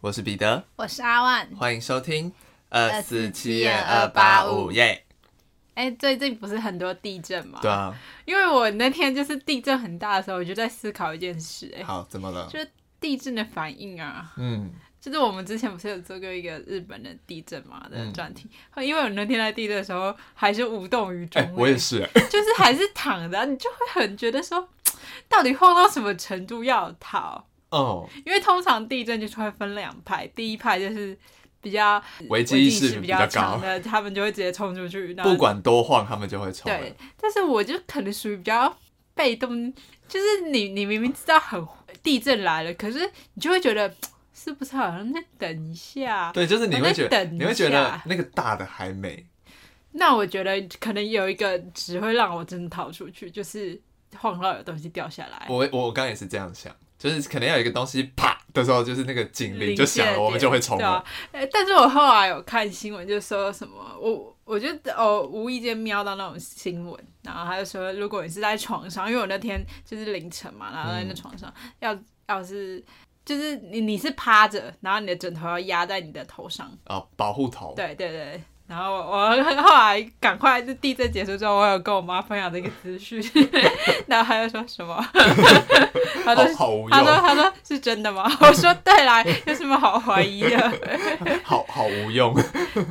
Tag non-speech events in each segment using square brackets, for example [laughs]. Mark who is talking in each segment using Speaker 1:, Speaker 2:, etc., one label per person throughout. Speaker 1: 我是彼得，
Speaker 2: 我是阿万。
Speaker 1: 欢迎收听二四七二八五
Speaker 2: 247-285
Speaker 1: 耶。
Speaker 2: 哎、最近不是很多地震吗？
Speaker 1: 对。啊，
Speaker 2: 因为我那天就是地震很大的时候，我就在思考一件事、哎，
Speaker 1: 好，怎么了？
Speaker 2: 就是地震的反应啊。
Speaker 1: 嗯，
Speaker 2: 就是我们之前不是有做过一个日本的地震嘛的
Speaker 1: 嗯
Speaker 2: 专题，因为我那天在地震的时候还是无动于衷、
Speaker 1: 哎、我也
Speaker 2: 哎
Speaker 1: 是、 [laughs]
Speaker 2: 就是还是躺着啊，你就会很觉得说，到底晃到什么程度要逃？
Speaker 1: 哦，
Speaker 2: 因为通常地震就是会分两派，第一派就是比较
Speaker 1: 危
Speaker 2: 危
Speaker 1: 机
Speaker 2: 机
Speaker 1: 意
Speaker 2: 意
Speaker 1: 识
Speaker 2: 识
Speaker 1: 比
Speaker 2: 比
Speaker 1: 较
Speaker 2: 较
Speaker 1: 高
Speaker 2: 强，的，他们就会直接冲出去。然后
Speaker 1: 不管多晃，他们就会冲了。
Speaker 2: 对，但是我就可能属于比较被动，就是你你明明知道很地震来了，可是你就会觉得是不是好像在等一下？
Speaker 1: 对，就是你会觉
Speaker 2: 我
Speaker 1: 得，
Speaker 2: 在等一
Speaker 1: 你会觉得
Speaker 2: 下
Speaker 1: 那个大的还美。
Speaker 2: 那我觉得可能有一个只会让我真的逃出去，就是晃到有东西掉下来。
Speaker 1: 我我我刚刚也是这样想，就是可能要有一个东西啪的时候，就是那个警铃就响
Speaker 2: 临界
Speaker 1: 了，
Speaker 2: 点
Speaker 1: 我们就会冲
Speaker 2: 对啊
Speaker 1: 了。，
Speaker 2: 呃但是我后来有看新闻，就说什么我。我就哦，无意间瞄到那种新闻，然后他就说，如果你是在床上，因为我那天就是凌晨嘛，然后
Speaker 1: 嗯
Speaker 2: 在那床上，要要是就是你你是趴着，然后你的枕头要压在你的头上，
Speaker 1: 哦，保护头。
Speaker 2: 对对对，然后我我后来赶快就地震结束之后，我有跟我妈分享这个资讯， [laughs] 然后她就说什么， [laughs] 她
Speaker 1: 好
Speaker 2: 说
Speaker 1: 好无
Speaker 2: 她说
Speaker 1: 用，
Speaker 2: 她说是真的吗？ [laughs] 我说对啦，有什么好怀疑的？
Speaker 1: [laughs]
Speaker 2: [laughs]
Speaker 1: 好好无用。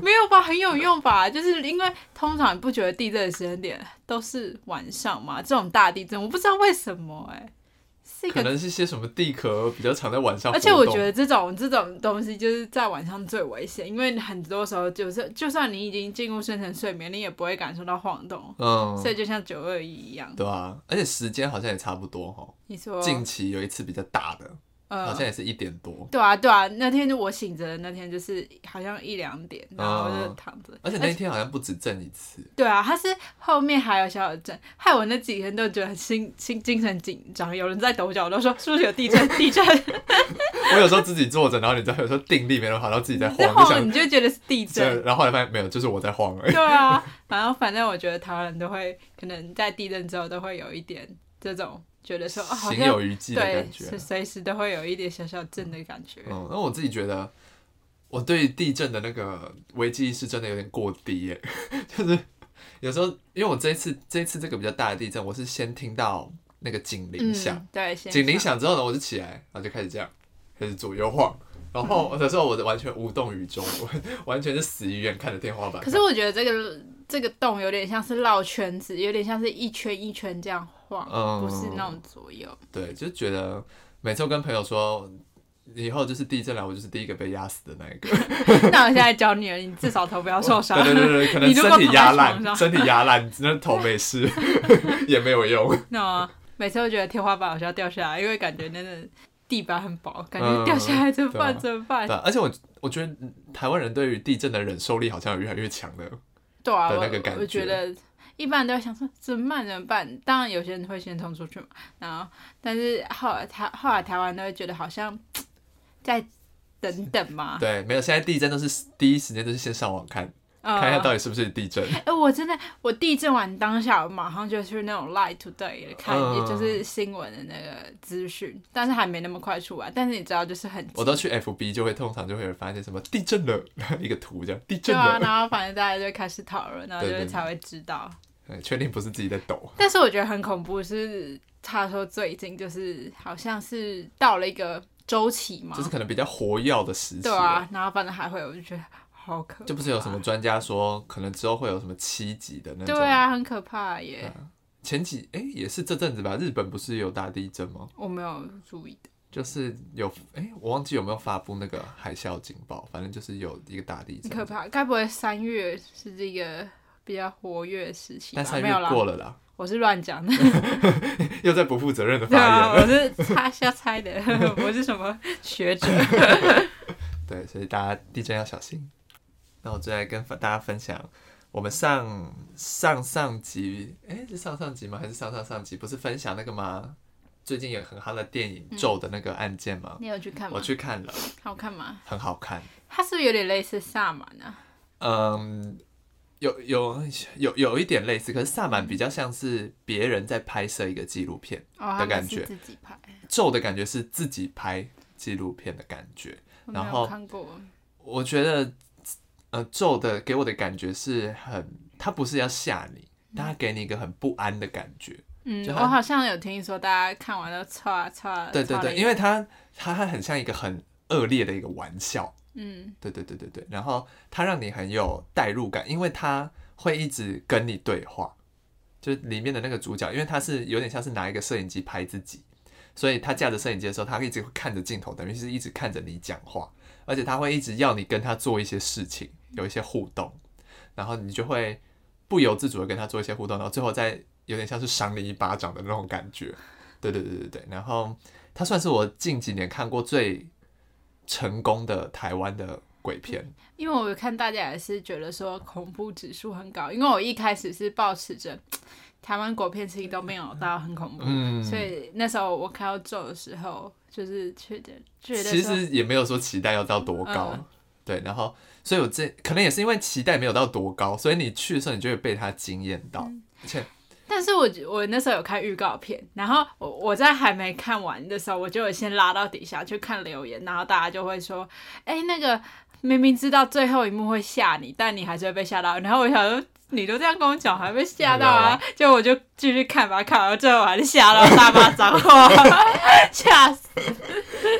Speaker 2: 没有吧，很有用吧？就是因为通常你不觉得地震的时间点都是晚上嘛？这种大地震，我不知道为什么哎、是一
Speaker 1: 可
Speaker 2: 个。
Speaker 1: 能是些什么地壳比较常在晚上活
Speaker 2: 而
Speaker 1: 动，
Speaker 2: 且我觉得这种这种东西就是在晚上最危险，因为很多时候就是就算你已经进入深层睡眠，你也不会感受到晃动，所
Speaker 1: 嗯，
Speaker 2: 以就像九二一一样。
Speaker 1: 对啊，而且时间好像也差不多哈。
Speaker 2: 你说，
Speaker 1: 近期有一次比较大的，好
Speaker 2: 呃，
Speaker 1: 像也是一点多，
Speaker 2: 对啊对啊，那天就我醒着的那天就是好像一两点，然后我就
Speaker 1: 嗯
Speaker 2: 躺着，
Speaker 1: 而且那天好像不止震一次。
Speaker 2: 对啊，他是后面还有小小震，害我那几天都觉得心心精神紧张，有人在抖脚，我都说是不是有地震？
Speaker 1: [laughs]
Speaker 2: 地震！
Speaker 1: 我有时候自己坐着，然后你知道，有时候定力没那么好，然后自己在
Speaker 2: 在
Speaker 1: 啊晃，就
Speaker 2: 晃
Speaker 1: 想
Speaker 2: 你就觉得是地
Speaker 1: 这，
Speaker 2: 震。
Speaker 1: 然后后来发现没有，就是我在晃而已。
Speaker 2: 对啊，然后反正我觉得台湾人都会，可能在地震之后都会有一点这种觉得说，哦、好
Speaker 1: 行
Speaker 2: 像
Speaker 1: 有余悸的
Speaker 2: 对
Speaker 1: 感，觉啊
Speaker 2: 是。随时都会有一点小小震的感觉。
Speaker 1: 嗯，那我自己觉得，我对地震的那个危机意识真的有点过低耶， [laughs] 就是有时候，因为我这一次这一次这个比较大的地震，我是先听到那个警铃响，
Speaker 2: 嗯，对，先
Speaker 1: 警铃响之后呢，我就起来，然后就开始这样，开始左右晃。然后那时候我完全无动于衷，我完全是死鱼眼看着天花板。
Speaker 2: 可是我觉得这个这个洞有点像是绕圈子，有点像是一圈一圈这样晃，
Speaker 1: 嗯
Speaker 2: 不是那种左右。
Speaker 1: 对，就觉得每次我跟朋友说，以后就是地震来，我就是第一个被压死的那一个。
Speaker 2: [laughs] 那我现在教你了，你至少头不要受伤
Speaker 1: 哦对。对对对，
Speaker 2: [laughs]
Speaker 1: 可能
Speaker 2: 你如
Speaker 1: 身
Speaker 2: 果
Speaker 1: 体
Speaker 2: 躺在
Speaker 1: 压
Speaker 2: 床
Speaker 1: 烂，
Speaker 2: 上
Speaker 1: 身体压烂，那头没事 [laughs] 也没有用。
Speaker 2: [laughs] 那每次都觉得天花板好像要掉下来，因为感觉那个地板很薄，感觉掉下来怎么
Speaker 1: 对啊
Speaker 2: 办？怎么办？
Speaker 1: 对，而且我我觉得嗯台湾人对于地震的忍受力好像有越来越强的。
Speaker 2: 对啊，
Speaker 1: 的
Speaker 2: 我
Speaker 1: 那个感
Speaker 2: 我觉
Speaker 1: 觉
Speaker 2: 得一般人都会想说怎么办怎么办？当然有些人会先冲出去嘛，然后但是后来台后来台湾都会觉得好像再等等嘛，
Speaker 1: 对，没有，现在地震都是第一时间都是先上网看，
Speaker 2: 呃
Speaker 1: 看一下到底是不是地震。
Speaker 2: 哎、我真的，我地震完当下，我马上就去那种 Light Today 看，
Speaker 1: 嗯
Speaker 2: 也就是新闻的那个资讯，但是还没那么快出来。但是你知道，就是很急
Speaker 1: 我都去 FB 就会通常就会有发现什么地震了，一个图这样 [laughs] 地
Speaker 2: 对
Speaker 1: 震
Speaker 2: 啊，
Speaker 1: 了，
Speaker 2: 然后反正大家就开始讨论，然后就
Speaker 1: 对对
Speaker 2: 是
Speaker 1: 对
Speaker 2: 才会知道。
Speaker 1: 哎确定不是自己在抖。
Speaker 2: 但是我觉得很恐怖是，他说最近就是好像是到了一个周期嘛，
Speaker 1: 就是可能比较活跃的时期
Speaker 2: 对啊，然后反正还会，我就觉得好可怕，
Speaker 1: 就不是有什么专家说，可能之后会有什么七级的那种。
Speaker 2: 对，啊，很可怕耶，
Speaker 1: 啊前几哎、也是这阵子吧，日本不是有大地震吗？
Speaker 2: 我没有注意到，
Speaker 1: 就是有哎、我忘记有没有发布那个海啸警报，反正就是有一个大地
Speaker 2: 很可
Speaker 1: 震。
Speaker 2: 怕。该不会三月是这个比较活跃的时期吧
Speaker 1: 但？三
Speaker 2: 没有
Speaker 1: 月
Speaker 2: 啦，
Speaker 1: 过了啦， [laughs]
Speaker 2: 我是乱讲的，
Speaker 1: 又在不负责任的
Speaker 2: 对啊，
Speaker 1: 发言
Speaker 2: 我是瞎瞎
Speaker 1: [laughs]
Speaker 2: 猜的，我是什么学者？
Speaker 1: 对，所以大家地震要小心。那我就来跟大家分享，我们上上上集，哎、是上上集吗？还是上上上集？不是分享那个吗？最近也很夯的电影《咒》的那个案件吗？
Speaker 2: 你有去看吗
Speaker 1: 我？去看了，
Speaker 2: 好看吗？
Speaker 1: 很好看。
Speaker 2: 它是不是有点类似萨满啊？
Speaker 1: 嗯，有有有有一点类似，可是萨满比较像是别人在拍摄一个纪录片，
Speaker 2: 哦，
Speaker 1: 的
Speaker 2: 他们
Speaker 1: 感
Speaker 2: 是
Speaker 1: 觉
Speaker 2: 自己拍。
Speaker 1: 咒的感觉是自己拍纪录片的感觉。
Speaker 2: 我没
Speaker 1: 然
Speaker 2: 有
Speaker 1: 后
Speaker 2: 看过，
Speaker 1: 我觉得，呃，咒的给我的感觉是很，他不是要吓你，但他给你一个很不安的感觉。
Speaker 2: 嗯，
Speaker 1: 就
Speaker 2: 我
Speaker 1: 它
Speaker 2: 好像有听说大家看完都啊唰唰，
Speaker 1: 对对
Speaker 2: 唰了
Speaker 1: 对，
Speaker 2: 一
Speaker 1: 因为他他很像一个很恶劣的一个玩笑。
Speaker 2: 嗯
Speaker 1: 对对对对对，然后他让你很有代入感，因为他会一直跟你对话，就是里面的那个主角，因为他是有点像是拿一个摄影机拍自己，所以他架着摄影机的时候，他一直会看着镜头，等于是一直看着你讲话，而且他会一直要你跟他做一些事情，有一些互动，然后你就会不由自主的跟他做一些互动，然后最后再有点像是赏你一巴掌的那种感觉。对对对对对，然后他算是我近几年看过最成功的台湾的鬼片。
Speaker 2: 因为我看大家也是觉得说恐怖指数很高，因为我一开始是抱持着台湾国片其实都没有到很恐怖，
Speaker 1: 嗯，
Speaker 2: 所以那时候我看到咒的时候，就是觉得觉得说
Speaker 1: 其实也没有说期待要到多高，
Speaker 2: 嗯
Speaker 1: 对，然后所以我这可能也是因为期待没有到多高，所以你去的时候你就会被他惊艳到，
Speaker 2: 嗯
Speaker 1: 而且
Speaker 2: 但是我觉我那时候有看预告片，然后我我在还没看完的时候，我就有先拉到底下去看留言，然后大家就会说，哎、那个明明知道最后一幕会吓你，但你还是会被吓到。然后我想说，你都这样跟我讲，还被吓到啊？结果我就继续看吧，看完最后还是吓到大巴掌，吓死！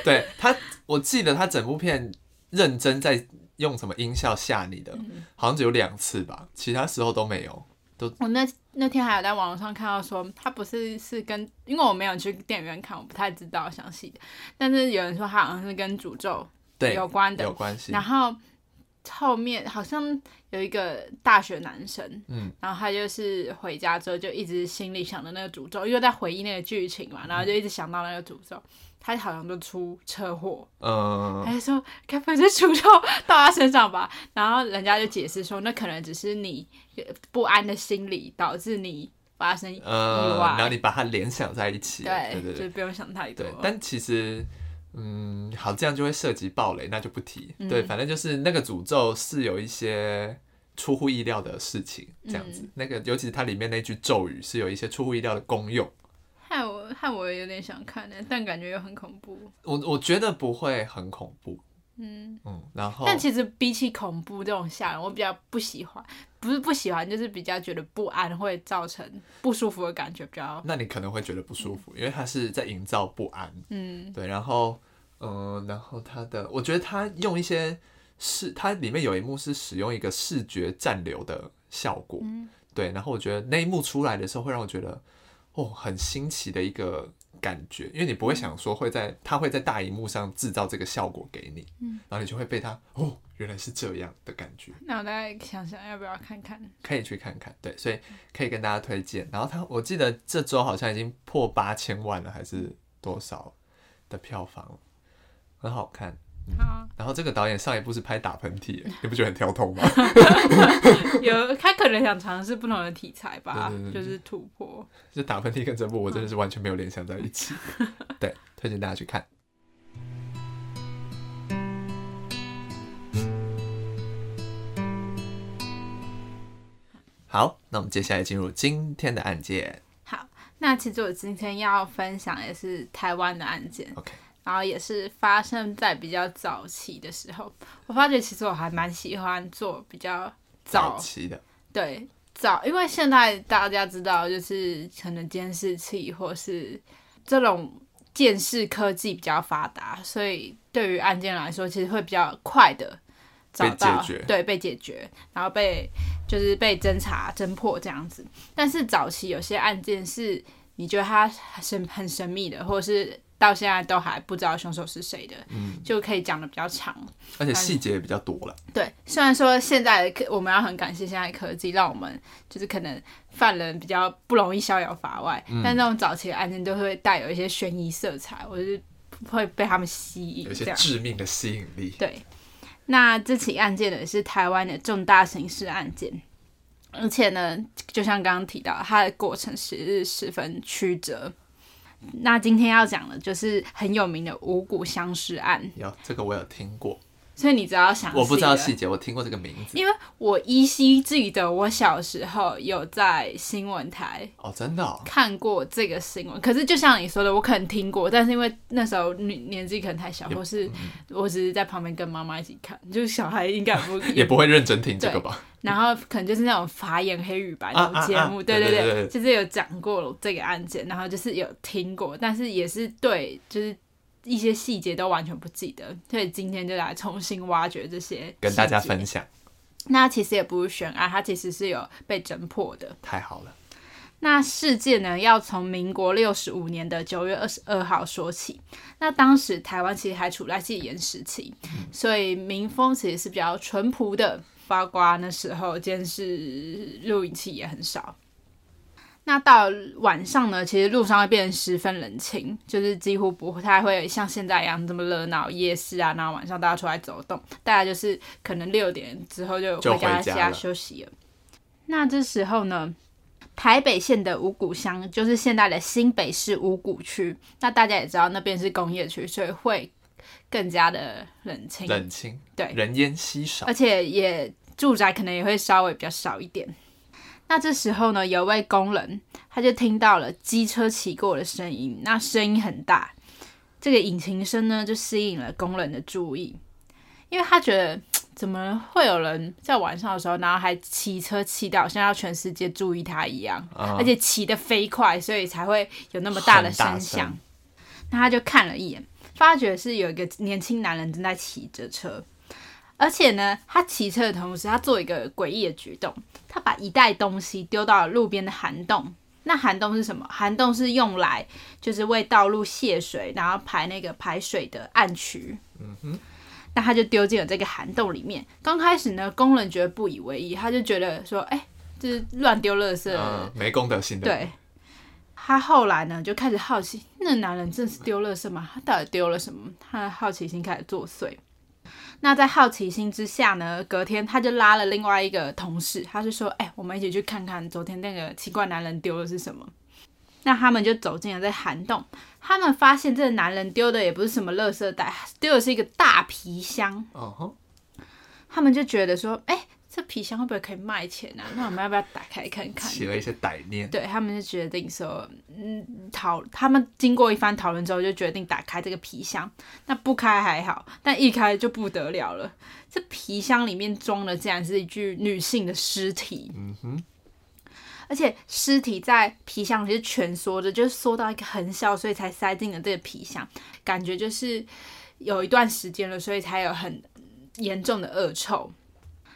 Speaker 1: 对他，我记得他整部片认真在用什么音效吓你的，
Speaker 2: 嗯
Speaker 1: 好像只有两次吧，其他时候都没有。
Speaker 2: [laughs] 我那那天还有在网络上看到说，他不是是跟，因为我没有去电影院看，我不太知道详细的，但是有人说他好像是跟诅咒
Speaker 1: 对，
Speaker 2: 有关的
Speaker 1: 有关系
Speaker 2: 然。后后面好像有一个大学男生，
Speaker 1: 嗯，
Speaker 2: 然后他就是回家之后就一直心里想着那个诅咒，因为在回忆那个剧情
Speaker 1: 嗯
Speaker 2: 嘛，然后就一直想到那个诅咒。他好像就出车祸，
Speaker 1: 嗯
Speaker 2: 他就说该不会是诅咒到他身上吧？然后人家就解释说，那可能只是你呃不安的心理导致你发生意
Speaker 1: 呃，然后
Speaker 2: 外，
Speaker 1: 你把它联想在一起，啊对对
Speaker 2: 就
Speaker 1: 对
Speaker 2: 不用想太多
Speaker 1: 对。。但其实，嗯，好，这样就会涉及暴雷，那就不提。
Speaker 2: 嗯
Speaker 1: 对，反正就是那个诅咒是有一些出乎意料的事情，这样
Speaker 2: 嗯
Speaker 1: 子。那个尤其是它里面那句咒语是有一些出乎意料的功用。
Speaker 2: 害我害我有点想看呢、但感觉又很恐怖。
Speaker 1: 我我觉得不会很恐怖，
Speaker 2: 嗯，
Speaker 1: 嗯，然后
Speaker 2: 但其实比起恐怖这种吓人，我比较不喜欢，不是不喜欢，就是比较觉得不安会造成不舒服的感觉，比较
Speaker 1: 那你可能会觉得不舒服，因为它是在营造不安。
Speaker 2: 嗯
Speaker 1: 对，然后，嗯、然后它的，我觉得它用一些视，它里面有一幕是使用一个视觉暂留的效果，
Speaker 2: 嗯
Speaker 1: 对，然后我觉得那一幕出来的时候，会让我觉得，哦，很新奇的一个感觉，因为你不
Speaker 2: 嗯
Speaker 1: 会想说会在它会在大荧幕上制造这个效果给你，
Speaker 2: 嗯，
Speaker 1: 然后你就会被它，哦，原来是这样的感觉。
Speaker 2: 那我再想想要不要看看，
Speaker 1: 可以去看看，对，所以可以跟大家推荐。然后他，我记得这周好像已经破八千万了，还是多少的票房了，很好看。嗯
Speaker 2: 好，
Speaker 1: 然后这个导演上一部是拍打喷嚏耶，你不觉得很跳痛吗？
Speaker 2: 有他可能想尝试不同的题材吧，
Speaker 1: 对对对
Speaker 2: 就是突破。
Speaker 1: 就打喷嚏跟这部，我真的
Speaker 2: 嗯
Speaker 1: 是完全没有联想在一
Speaker 2: [laughs]
Speaker 1: 起。对，推荐大家去看。好，那我们接下来进入今天的案件。
Speaker 2: 好，那其实我今天要分享也是台湾的案件，
Speaker 1: OK，
Speaker 2: 然后也是发生在比较早期的时候。我发觉其实我还蛮喜欢做比较
Speaker 1: 早
Speaker 2: 早
Speaker 1: 期的，
Speaker 2: 对，早，因为现在大家知道，就是可能监视器或是这种监视科技比较发达，所以对于案件来说，其实会比较快的找
Speaker 1: 被
Speaker 2: 到，
Speaker 1: 解决
Speaker 2: 对，被解决，然后被就是被侦查侦破这样子。但是早期有些案件是你觉得它神很神秘的，或者是到现在都还不知道凶手是谁的，
Speaker 1: 嗯
Speaker 2: 就可以讲的比较长。
Speaker 1: 而且细节也比较多了。
Speaker 2: 对，虽然说现在的科我们要很感谢现在的科技，让我们就是可能犯人比较不容易逍遥法外，
Speaker 1: 嗯
Speaker 2: 但这种早期的案件都会带有一些悬疑色彩，我就是会被他们吸引
Speaker 1: 有一
Speaker 2: 这
Speaker 1: 些
Speaker 2: 样。
Speaker 1: 致命的吸引力。
Speaker 2: 对，那这起案件呢是台湾的重大刑事案件，而且呢，就像刚刚提到，它的过程是十分曲折。那今天要讲的就是很有名的五谷相尸案，
Speaker 1: 有这个我有听过，
Speaker 2: 所以你只要想，
Speaker 1: 我不知道细节，我听过这个名字。
Speaker 2: 啊因为我依稀记得我小时候有在新闻台
Speaker 1: 哦，真的、哦，
Speaker 2: 看过这个新闻，可是就像你说的，我可能听过，但是因为那时候年年纪可能太小，
Speaker 1: 也嗯
Speaker 2: 或是我只是在旁边跟妈妈一起看，就是小孩应该不
Speaker 1: 也不会认真听这个吧？
Speaker 2: 然后可能就是那种法眼黑语白
Speaker 1: 啊
Speaker 2: 的
Speaker 1: 啊
Speaker 2: 节目，
Speaker 1: 啊
Speaker 2: 对
Speaker 1: 对
Speaker 2: 对
Speaker 1: 对对
Speaker 2: 就是有讲过这个案件，然后就是有听过，但是也是对，就是一些细节都完全不记得，所以今天就来重新挖掘这些，
Speaker 1: 跟大家分。享，
Speaker 2: 那其实也不是悬案，它其实是有被侦破的。
Speaker 1: 太好了。
Speaker 2: 那事件呢，要从民国六十五年的九月二十二号说起。那当时台湾其实还处在戒严时期，所以民风其实是比较淳朴的，包括那时候监视录影器也很少。那到晚上呢，其实路上会变得十分冷清，就是几乎不太会像现在一样这么热闹夜市啊，然后晚上大家出来走动，大家就是可能六点之后就
Speaker 1: 就
Speaker 2: 回家
Speaker 1: 回家了
Speaker 2: 休息了。那这时候呢，台北县的五股乡就是现在的新北市五股区，那大家也知道那边是工业区，所以会更加的冷清，
Speaker 1: 冷清，
Speaker 2: 哎对
Speaker 1: 人烟稀少
Speaker 2: 而，且也住宅可能也会稍微比较少一点。那这时候呢，有位工人他就听到了机车骑过的声音，那声音很大，这个引擎声呢就吸引了工人的注意，因为他觉得怎么会有人在晚上的时候，然后还骑车骑到像要全世界注意他一样，
Speaker 1: 啊
Speaker 2: 而且骑得飞快，所以才会有那么大的
Speaker 1: 很大
Speaker 2: 声响。那他就看了一眼，发觉是有一个年轻男人正在骑着车，而且呢，他骑车的同时，他做一个诡异的举动，他把一袋东西丢到了路边的涵洞。那涵洞是什么？涵洞是用来就是为道路泄水，然后排那个排水的暗渠。那他就丢进了这个涵洞里面。刚开始呢，工人觉得不以为意，他就觉得说，哎、就是乱丢垃圾，
Speaker 1: 嗯，没公德心的，，
Speaker 2: 对，他后来呢就开始好奇，那男人真是丢垃圾吗？他到底丢了什么？他的好奇心开始作祟。那在好奇心之下呢，隔天他就拉了另外一个同事，他就说：“哎、我们一起去看看昨天那个奇怪男人丢的是什么。”那他们就走进了这涵洞，他们发现这个男人丢的也不是什么垃圾袋，丢的是一个大皮箱。
Speaker 1: 哦吼，
Speaker 2: 他们就觉得说：“哎、这皮箱会不会可以卖钱啊？那我们要不要打开看看？”
Speaker 1: 起了一些歹念，
Speaker 2: 对他们就决定说，嗯，讨他们经过一番讨论之后，就决定打开这个皮箱。那不开还好，但一开就不得了了。这皮箱里面装的竟然是一具女性的尸体，
Speaker 1: 嗯哼，
Speaker 2: 而且尸体在皮箱里是蜷缩着，就是缩到一个很小，所以才塞进了这个皮箱。感觉就是有一段时间了，所以才有很严重的恶臭。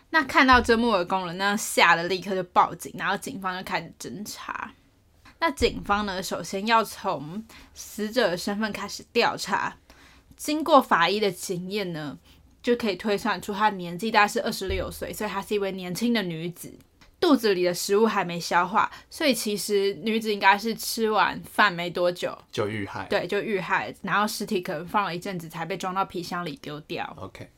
Speaker 2: 那看到这幕的工人，那吓得立刻就报警，然后警方就开始侦查。那警方呢，首先要从死者的身份开始调查，经过法医的检验呢，就可以推算出她的年纪大概是二十六岁，所以她是一位年轻的女子。肚子里的食物还没消化，所以其实女子应该是吃完饭没多久，
Speaker 1: 就遇害，
Speaker 2: 对，就遇害，然后尸体可能放了一阵子才被装到皮箱里丢掉。
Speaker 1: ，OK，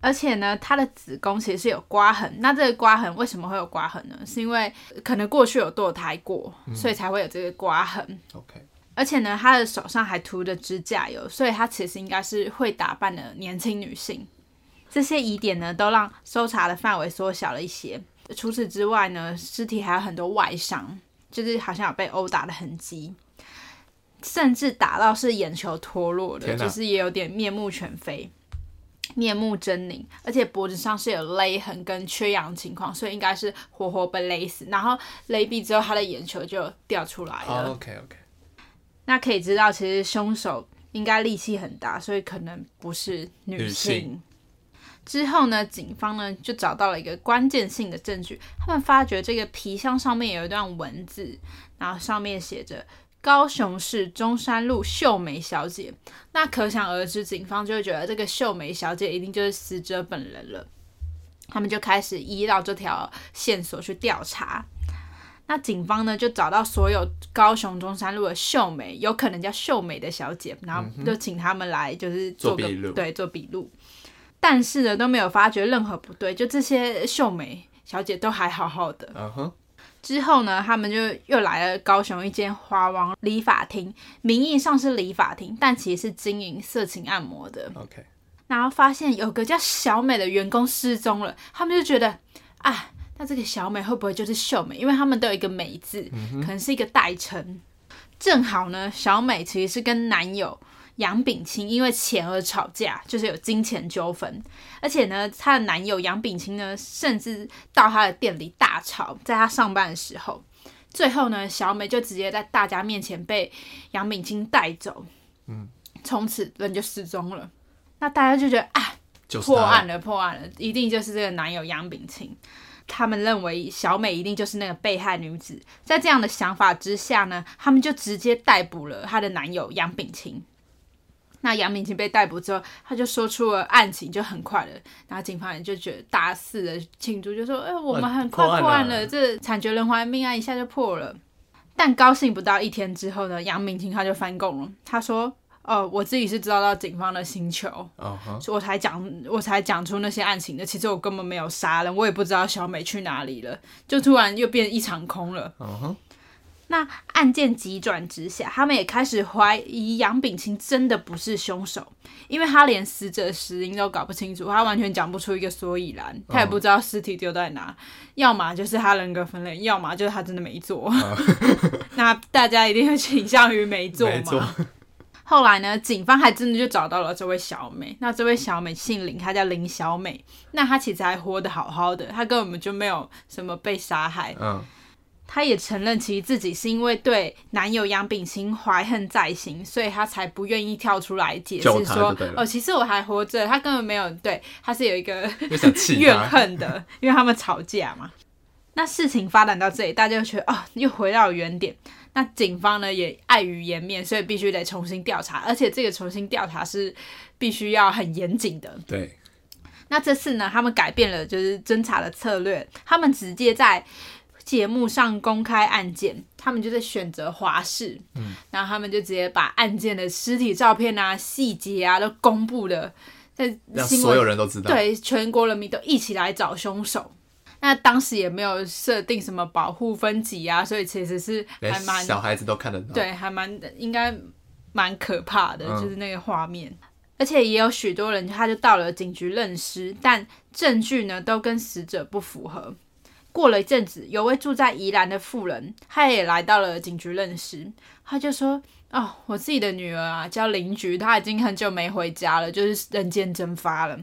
Speaker 2: 而且呢，她的子宫其实是有刮痕。那这个刮痕为什么会有刮痕呢？是因为呃可能过去有堕胎过，所以才会有这个刮痕。
Speaker 1: OK，
Speaker 2: 而且呢，她的手上还涂着指甲油，所以她其实应该是会打扮的年轻女性。这些疑点呢，都让搜查的范围缩小了一些。除此之外呢，尸体还有很多外伤，就是好像有被殴打的痕迹，甚至打到是眼球脱落的，
Speaker 1: 天哪
Speaker 2: 就是也有点面目全非。面目狰狞，而且脖子上是有勒痕跟缺氧情况，所以应该是活活被勒死。然后勒毙之后，他的眼球就掉出来了。
Speaker 1: 好，OK，OK，
Speaker 2: 那可以知道，其实凶手应该力气很大，所以可能不是女性。
Speaker 1: 女性
Speaker 2: 之后呢，警方呢就找到了一个关键性的证据，他们发觉这个皮箱上面有一段文字，然后上面写着。高雄市中山路秀梅小姐，那可想而知，警方就会觉得这个秀梅小姐一定就是死者本人了。他们就开始依照这条线索去调查。那警方呢就找到所有高雄中山路的秀美，有可能叫秀美的小姐，然后就请他们来就是
Speaker 1: 做
Speaker 2: 个
Speaker 1: 笔录
Speaker 2: 对，做笔录。但是呢都没有发觉任何不对，就这些秀美小姐都还好好的。
Speaker 1: 嗯哼，
Speaker 2: 之后呢，他们就又来了高雄一间花王理发厅，名义上是理发厅，但其实是经营色情按摩的。
Speaker 1: OK，
Speaker 2: 然后发现有个叫小美的员工失踪了，他们就觉得啊，那这个小美会不会就是秀美？因为他们都有一个美字，可能是一个代称。正好呢，小美其实是跟男友杨炳清因为钱而吵架，就是有金钱纠纷。而且呢，她的男友杨炳清呢，甚至到她的店里大吵，在她上班的时候。最后呢，小美就直接在大家面前被杨炳清带走，
Speaker 1: 嗯，
Speaker 2: 从此人就失踪了。那大家就觉得啊，
Speaker 1: 就是
Speaker 2: 破案
Speaker 1: 了，
Speaker 2: 了，破案了，一定就是这个男友杨炳清。他们认为小美一定就是那个被害女子，在这样的想法之下呢，他们就直接逮捕了她的男友杨炳清。那杨炳清被逮捕之后，他就说出了案情，就很快了。然后警方也就觉得大肆的庆祝，就说：“哎、我们很快
Speaker 1: 破案了欸
Speaker 2: 破案了，这惨绝人寰命案一下就破了。”但高兴不到一天之后呢，杨炳清他就翻供了，他说：“哦，我自己是遭到警方的刑求，
Speaker 1: 嗯哼，
Speaker 2: 我才讲，我才讲出那些案情的。其实我根本没有杀人，我也不知道小美去哪里了，就突然又变一场空了。
Speaker 1: 嗯哼，
Speaker 2: 那案件急转直下，他们也开始怀疑杨炳清真的不是凶手，因为他连死者死因都搞不清楚，他完全讲不出一个所以然，他也不知道尸体丢在哪，要么就是他人格分裂，要么就是他真的没做。 [laughs] 那大家一定会倾向于没做
Speaker 1: 没
Speaker 2: 嘛？
Speaker 1: 错，
Speaker 2: 后来呢，警方还真的就找到了这位小美。那这位小美姓林，她叫林小美。那她其实还活得好好的，她根本就没有什么被杀害。
Speaker 1: 嗯
Speaker 2: 她也承认，其实自己是因为对男友杨炳清怀恨在心，所以她才不愿意跳出来解
Speaker 1: 救
Speaker 2: 释
Speaker 1: 他
Speaker 2: 说
Speaker 1: 就对：“了
Speaker 2: 哦，其实我还活着。”她根本没有对，她是有一个
Speaker 1: 又想气
Speaker 2: 怨
Speaker 1: 他，
Speaker 2: 恨的， [laughs] 因为他们吵架嘛。那事情发展到这里，大家就觉得哦，又回到原点。那警方呢也碍于颜面，所以必须得重新调查，而且这个重新调查是必须要很严谨的。
Speaker 1: 对，
Speaker 2: 那这次呢，他们改变了就是侦查的策略，他们直接在节目上公开案件，他们就是选择华视，嗯，然后他们就直接把案件的尸体照片啊、细节啊都公布了，在
Speaker 1: 让
Speaker 2: 新
Speaker 1: 所
Speaker 2: 闻
Speaker 1: 有人都知道，
Speaker 2: 对，全国人民都一起来找凶手。那当时也没有设定什么保护分级啊，所以其实是还
Speaker 1: 连
Speaker 2: 蛮
Speaker 1: 小孩子都看得到，
Speaker 2: 对，还蛮应该蛮可怕的，
Speaker 1: 嗯
Speaker 2: 就是那个画面。而且也有许多人，他就到了警局认尸，但证据呢都跟死者不符合。过了一阵子，有位住在宜兰的妇人，他也来到了警局认尸，他就说：“哦，我自己的女儿啊，叫邻居，她已经很久没回家了，就是人间蒸发了。”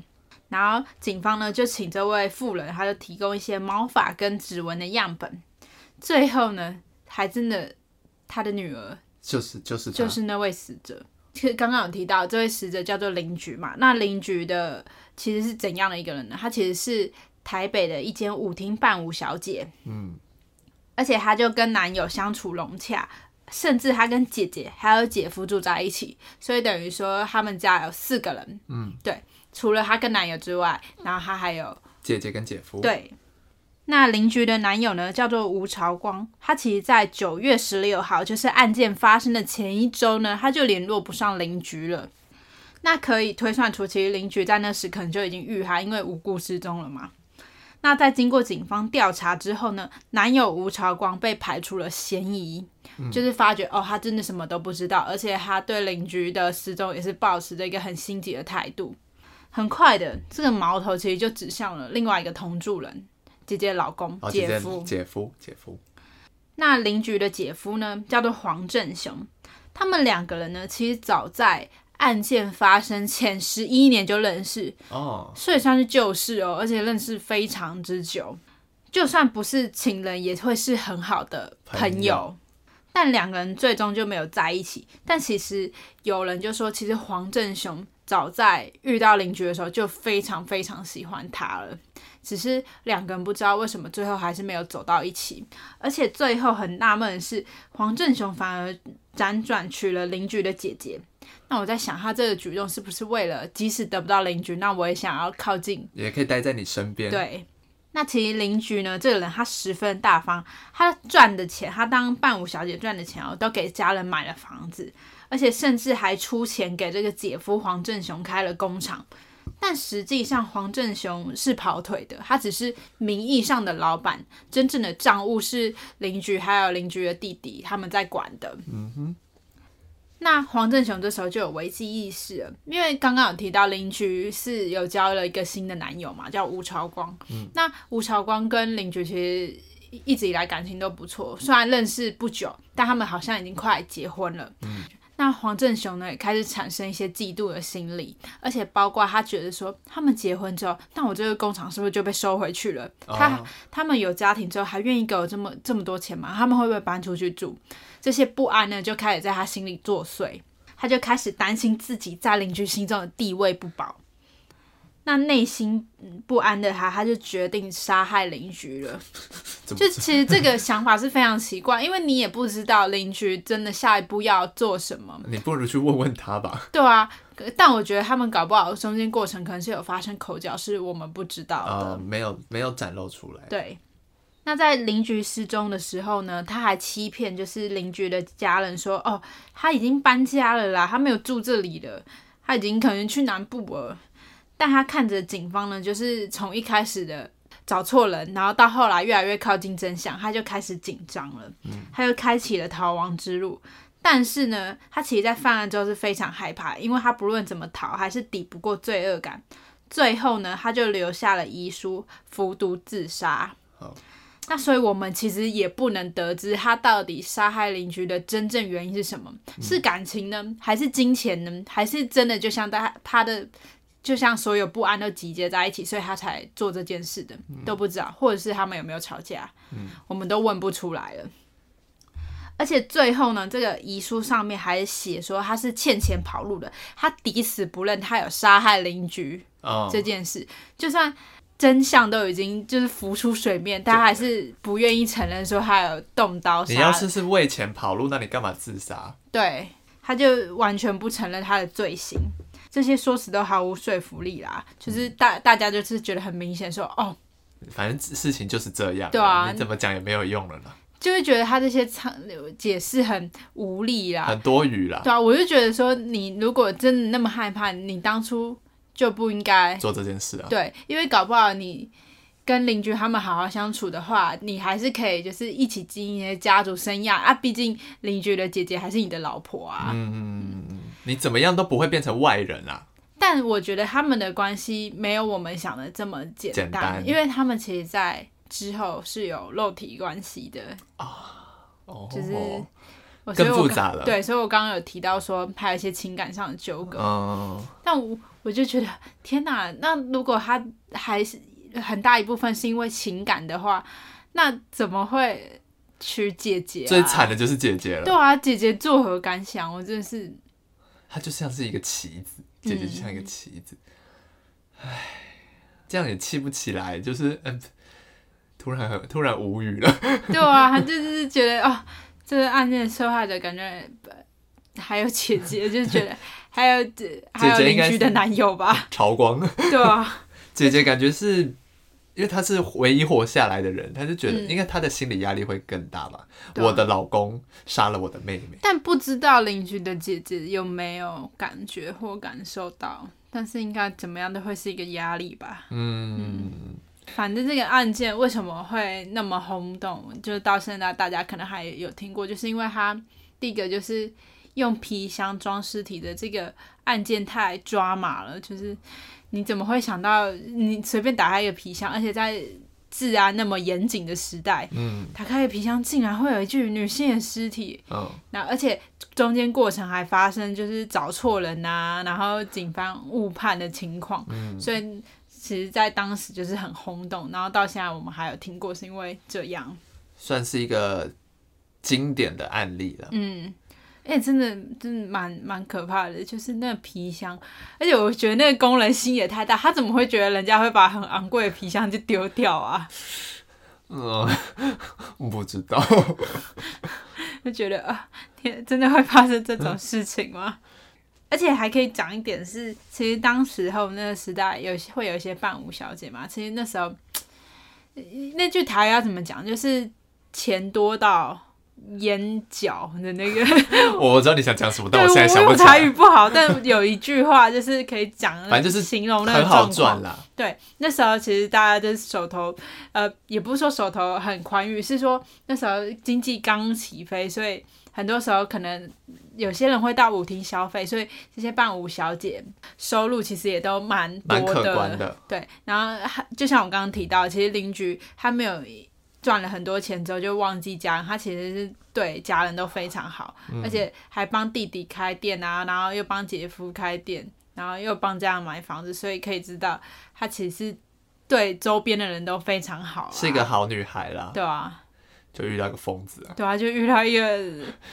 Speaker 2: 然后警方呢就请这位妇人，他就提供一些毛发跟指纹的样本。最后呢，还真的他的女儿
Speaker 1: 就是就是他
Speaker 2: 就是那位死者。其实刚刚有提到这位死者叫做林菊嘛，那林菊的其实是怎样的一个人呢？她其实是台北的一间舞厅伴舞小姐，
Speaker 1: 嗯，
Speaker 2: 而且她就跟男友相处融洽，甚至她跟姐姐还有姐夫住在一起，所以等于说他们家有四个人，
Speaker 1: 嗯，
Speaker 2: 对，除了她跟男友之外，然后她还有
Speaker 1: 姐姐跟姐夫，，
Speaker 2: 对，那邻居的男友呢，叫做吴朝光，他其实在九月十六号，就是案件发生的前一周呢，他就联络不上邻居了。那可以推算出，其实邻居在那时可能就已经遇害，因为无故失踪了嘛。那在经过警方调查之后呢，男友吴朝光被排除了嫌疑，
Speaker 1: 嗯
Speaker 2: 就是发觉哦，他真的什么都不知道，而且他对邻居的失踪也是保持着一个很心急的态度。很快的，这个矛头其实就指向了另外一个同住人，姐姐的老公、
Speaker 1: 哦，姐
Speaker 2: 姐
Speaker 1: 姐
Speaker 2: 夫，
Speaker 1: 姐夫姐夫，
Speaker 2: 那邻居的姐夫呢，叫做黄正雄。他们两个人呢，其实早在案件发生前十一年就认识，
Speaker 1: 哦，
Speaker 2: 所以算是旧识哦，而且认识非常之久。就算不是情人，也会是很好的朋
Speaker 1: 朋
Speaker 2: 友
Speaker 1: 友。
Speaker 2: 但两个人最终就没有在一起。但其实有人就说，其实黄正雄早在遇到邻居的时候就非常非常喜欢他了，只是两个人不知道为什么最后还是没有走到一起。而且最后很纳闷的是，黄正雄反而辗转娶了邻居的姐姐。那我在想，他这个举动是不是为了，即使得不到邻居，那我也想要靠近
Speaker 1: 也可以待在你身边，，
Speaker 2: 对，那其实邻居呢，这个人他十分大方，他赚的钱，他当伴舞小姐赚的钱哦，都给家人买了房子，而且甚至还出钱给这个姐夫黄正雄开了工厂。但实际上，黄正雄是跑腿的，他只是名义上的老板，真正的账务是邻居还有邻居的弟弟他们在管的。嗯哼。那黄振雄这时候就有危机意识了，因为刚刚有提到邻居是有交了一个新的男友嘛，叫吴朝光。嗯、那吴朝光跟邻居其实一直以来感情都不错，虽然认识不久，但他们好像已经快结婚了。嗯那黄振雄呢，也开始产生一些嫉妒的心理，而且包括他觉得说，他们结婚之后，那我这个工厂是不是就被收回去了？他
Speaker 1: 哦
Speaker 2: 他们有家庭之后，还愿意给我这么这么多钱吗？他们会不会搬出去住？这些不安呢，就开始在他心里作祟，他就开始担心自己在邻居心中的地位不保。那内心嗯不安的他，他就决定杀害邻居了。
Speaker 1: [laughs] 怎么
Speaker 2: 就其实这个想法是非常奇怪，因为你也不知道邻居真的下一步要做什么。
Speaker 1: 你不如去问问他吧。
Speaker 2: 对啊，可但我觉得他们搞不好中间过程可能是有发生口角，是我们不知道的。
Speaker 1: 啊、没有没有展露出来。
Speaker 2: 对。那在邻居失踪的时候呢，他还欺骗就是邻居的家人说，哦，他已经搬家了啦，他没有住这里了，他已经可能去南部了。但他看着警方呢，就是从一开始的找错人，然后到后来越来越靠近真相，他就开始紧张了，他就开启了逃亡之路。但是呢，他其实在犯案之后是非常害怕，因为他不论怎么逃，还是抵不过罪恶感。最后呢，他就留下了遗书，服毒自杀
Speaker 1: 好。
Speaker 2: 那所以我们其实也不能得知他到底杀害邻居的真正原因是什么，是感情呢，还是金钱呢，还是真的就像他他的就像所有不安都集结在一起，所以他才做这件事的，都不知道，或者是他们有没有吵架，我们都问不出来了。而且最后呢，这个遗书上面还写说他是欠钱跑路的，他抵死不认他有杀害邻居。
Speaker 1: 哦，
Speaker 2: 这件事，就算真相都已经就是浮出水面，他还是不愿意承认说他有动刀
Speaker 1: 你要
Speaker 2: 杀人，
Speaker 1: 是是为钱跑路，那你干嘛自杀？
Speaker 2: 对，他就完全不承认他的罪行。这些说辞都毫无说服力啦，就是大大家就是觉得很明显说，哦，
Speaker 1: 反正事情就是这样了，
Speaker 2: 对啊
Speaker 1: 你怎么讲也没有用了啦，
Speaker 2: 就会觉得他这些苍解释很无力啦，
Speaker 1: 很多余啦，
Speaker 2: 对啊，我就觉得说，你如果真的那么害怕，你当初就不应该
Speaker 1: 做这件事啊。
Speaker 2: 对，因为搞不好你跟邻居他们好好相处的话，你还是可以就是一起经营一些家族生涯啊。毕竟邻居的姐姐还是你的老婆啊。
Speaker 1: 嗯你怎么样都不会变成外人啦。
Speaker 2: 但我觉得他们的关系没有我们想的这么简单，
Speaker 1: 简单
Speaker 2: 因为他们其实，在之后是有肉体关系的。
Speaker 1: 哦，
Speaker 2: 就是我
Speaker 1: 更
Speaker 2: 所以我
Speaker 1: 复
Speaker 2: 刚
Speaker 1: 杂了
Speaker 2: 对，所以我刚刚有提到说，还有一些情感上的纠葛。
Speaker 1: 嗯，
Speaker 2: 但我我就觉得，天哪！那如果他还是很大一部分是因为情感的话，那怎么会娶姐姐、啊？
Speaker 1: 最惨的就是姐姐
Speaker 2: 对
Speaker 1: 了，
Speaker 2: 啊，姐姐作何感想？我真的是
Speaker 1: 她就像是一个棋子，姐姐就像一个棋子，唉，这样也气不起来，就是嗯，突然很突然无语了。
Speaker 2: 对啊，他就是觉得哦，这个案件的受害者感觉呃还有姐姐，就觉得还有还有
Speaker 1: 姐姐应
Speaker 2: 邻
Speaker 1: 该
Speaker 2: 居的
Speaker 1: 是
Speaker 2: 男友吧？
Speaker 1: 朝光
Speaker 2: 对啊，
Speaker 1: 姐姐感觉是，因为她是唯一活下来的人，她就觉得
Speaker 2: 嗯
Speaker 1: 应该她的心理压力会更大吧。
Speaker 2: 对啊
Speaker 1: 我的老公杀了我的妹妹，
Speaker 2: 但不知道邻居的姐姐有没有感觉或感受到，但是应该怎么样都会是一个压力吧。
Speaker 1: 嗯，
Speaker 2: 反正这个案件为什么会那么轰动，就是到现在大家可能还有听过，就是因为它第一个就是用皮箱装尸体的这个案件太抓马了，就是你怎么会想到你随便打开一个皮箱，而且在治安那么严谨的时代，
Speaker 1: 嗯
Speaker 2: 打开一个皮箱竟然会有一具女性的尸体，
Speaker 1: 嗯，
Speaker 2: 那而且中间过程还发生就是找错人呐、然后警方误判的情况，所以其实，在当时就是很轰动，然后到现在我们还有听过，是因为这样，
Speaker 1: 算是一个经典的案例了。
Speaker 2: 嗯。哎、真的，真的蛮蛮可怕的，就是那个皮箱，而且我觉得那个工人心也太大，他怎么会觉得人家会把很昂贵的皮箱就丢掉啊？
Speaker 1: 嗯， [laughs] 不知道， [laughs]
Speaker 2: 就觉得啊，天，真的会发生这
Speaker 1: 嗯
Speaker 2: 种事情吗？而且还可以讲一点是，其实当时候那个时代有些会有一些伴舞小姐嘛，其实那时候那句台语要怎么讲，就是钱多到眼角的那
Speaker 1: [laughs]
Speaker 2: 个，
Speaker 1: 我知道你想讲什么，但
Speaker 2: 对
Speaker 1: 现在想
Speaker 2: 我
Speaker 1: 不
Speaker 2: 我
Speaker 1: 起来
Speaker 2: 台语。不好，但有一句话就是可以讲，
Speaker 1: 反正就是
Speaker 2: 形容那个
Speaker 1: 很好
Speaker 2: 状
Speaker 1: 赚。
Speaker 2: 况
Speaker 1: 啦，
Speaker 2: 对，那时候其实大家就是手头，呃，也不是说手头很宽裕，是说那时候经济刚起飞，所以很多时候可能有些人会到舞厅消费，所以这些伴舞小姐收入其实也都蛮多
Speaker 1: 蛮可观的。
Speaker 2: 对，然后还就像我刚刚提到，其实邻居他没有赚了很多钱之后就忘记家人，他其实是对家人都非常好，
Speaker 1: 嗯
Speaker 2: 而且还帮弟弟开店啊，然后又帮姐夫开店，然后又帮家人买房子，所以可以知道他其实是对周边的人都非常好、啊，
Speaker 1: 是一个好女孩啦，
Speaker 2: 对啊。
Speaker 1: 就遇到个疯子啊，
Speaker 2: 对啊，就遇到一个，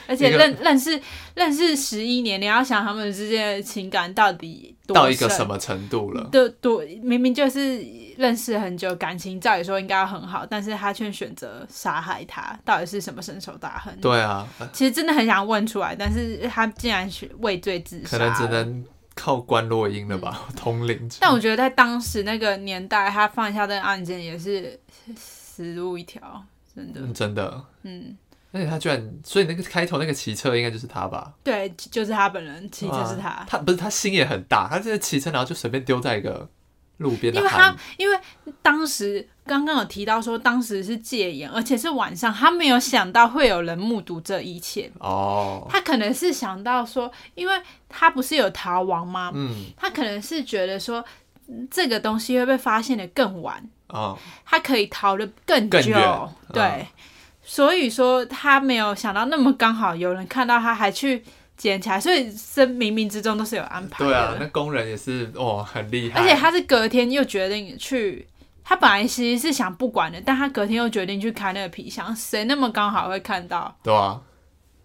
Speaker 2: 而且认认识认识十一年，你要想他们之间的情感到底多
Speaker 1: 到一个
Speaker 2: 深
Speaker 1: 什么程度了？
Speaker 2: 对多明明就是认识很久，感情照理说应该要很好，但是他却选择杀害他，到底是什么深仇大恨？
Speaker 1: 对啊，
Speaker 2: 其实真的很想问出来，但是他竟然是畏罪自杀
Speaker 1: 可
Speaker 2: 了，
Speaker 1: 能只能靠关落音了吧，通灵之。
Speaker 2: 嗯但我觉得在当时那个年代，他放下这个案件也是死路一条，真的，
Speaker 1: 嗯真的，
Speaker 2: 嗯，
Speaker 1: 而且他居然，所以那个开头那个骑车应该就是他吧？
Speaker 2: 对，就是他本人，其实就是他。
Speaker 1: 啊他不是他心也很大，他这骑车然后就随便丢在一个路边
Speaker 2: 因
Speaker 1: 的
Speaker 2: 为
Speaker 1: 海
Speaker 2: 他，因为当时刚刚有提到说，当时是戒严，而且是晚上，他没有想到会有人目睹这一切。
Speaker 1: 哦，
Speaker 2: 他可能是想到说，因为他不是有逃亡吗？
Speaker 1: 嗯
Speaker 2: 他可能是觉得说，嗯这个东西会被发现的更晚，
Speaker 1: 哦，
Speaker 2: 他可以逃得更久。
Speaker 1: 更远
Speaker 2: 对，
Speaker 1: 嗯
Speaker 2: 所以说他没有想到那么刚好有人看到他，还去捡起来，所以这冥冥之中都是有安排的。
Speaker 1: 对啊，那工人也是哦，很厉害，
Speaker 2: 而且他是隔天又决定去，他本来其实是想不管的，但他隔天又决定去开那个皮箱，谁那么刚好会看到？
Speaker 1: 对啊，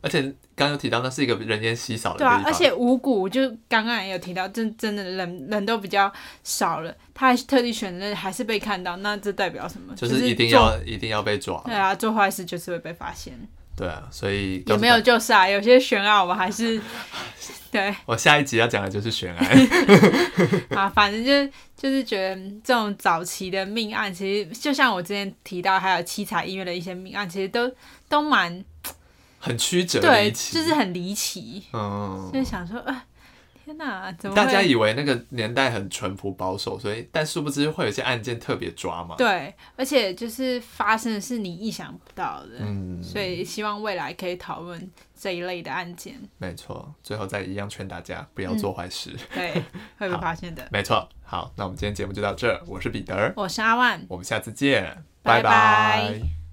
Speaker 1: 而且刚刚有提到那是一个人烟稀少的地
Speaker 2: 对啊
Speaker 1: 方，，
Speaker 2: 而且五谷就刚刚也有提到，真真的人人都比较少了，他还特地选择还是被看到，那这代表什么？
Speaker 1: 就
Speaker 2: 就是
Speaker 1: 一定
Speaker 2: 做
Speaker 1: 要一定要被抓，
Speaker 2: 对啊，做坏事就是会被发现，
Speaker 1: 对啊，所以
Speaker 2: 也没有救是啊，有些悬案我们还是 [laughs] 对
Speaker 1: 我下一集要讲的就是悬
Speaker 2: [laughs]
Speaker 1: 案，
Speaker 2: 啊，反正就是就是觉得这种早期的命案，其实就像我之前提到，还有七彩医院的一些命案，其实都都蛮
Speaker 1: 很曲折的
Speaker 2: 对，
Speaker 1: 一集，
Speaker 2: 就是很离奇，
Speaker 1: 嗯，
Speaker 2: 就是想说，啊，天哪，怎么
Speaker 1: 大家
Speaker 2: 会
Speaker 1: 以为那个年代很淳朴保守，所以但殊不知会有一些案件特别抓嘛，
Speaker 2: 对，而且就是发生的是你意想不到的，
Speaker 1: 嗯，
Speaker 2: 所以希望未来可以讨论这一类的案件，
Speaker 1: 没错，最后再一样劝大家不要做坏事，
Speaker 2: 对，会被发现的。
Speaker 1: 没错。好，那我们今天节目就到这儿，我是彼得，
Speaker 2: 我是阿万，
Speaker 1: 我们下次见，
Speaker 2: 拜
Speaker 1: 拜
Speaker 2: 拜
Speaker 1: 拜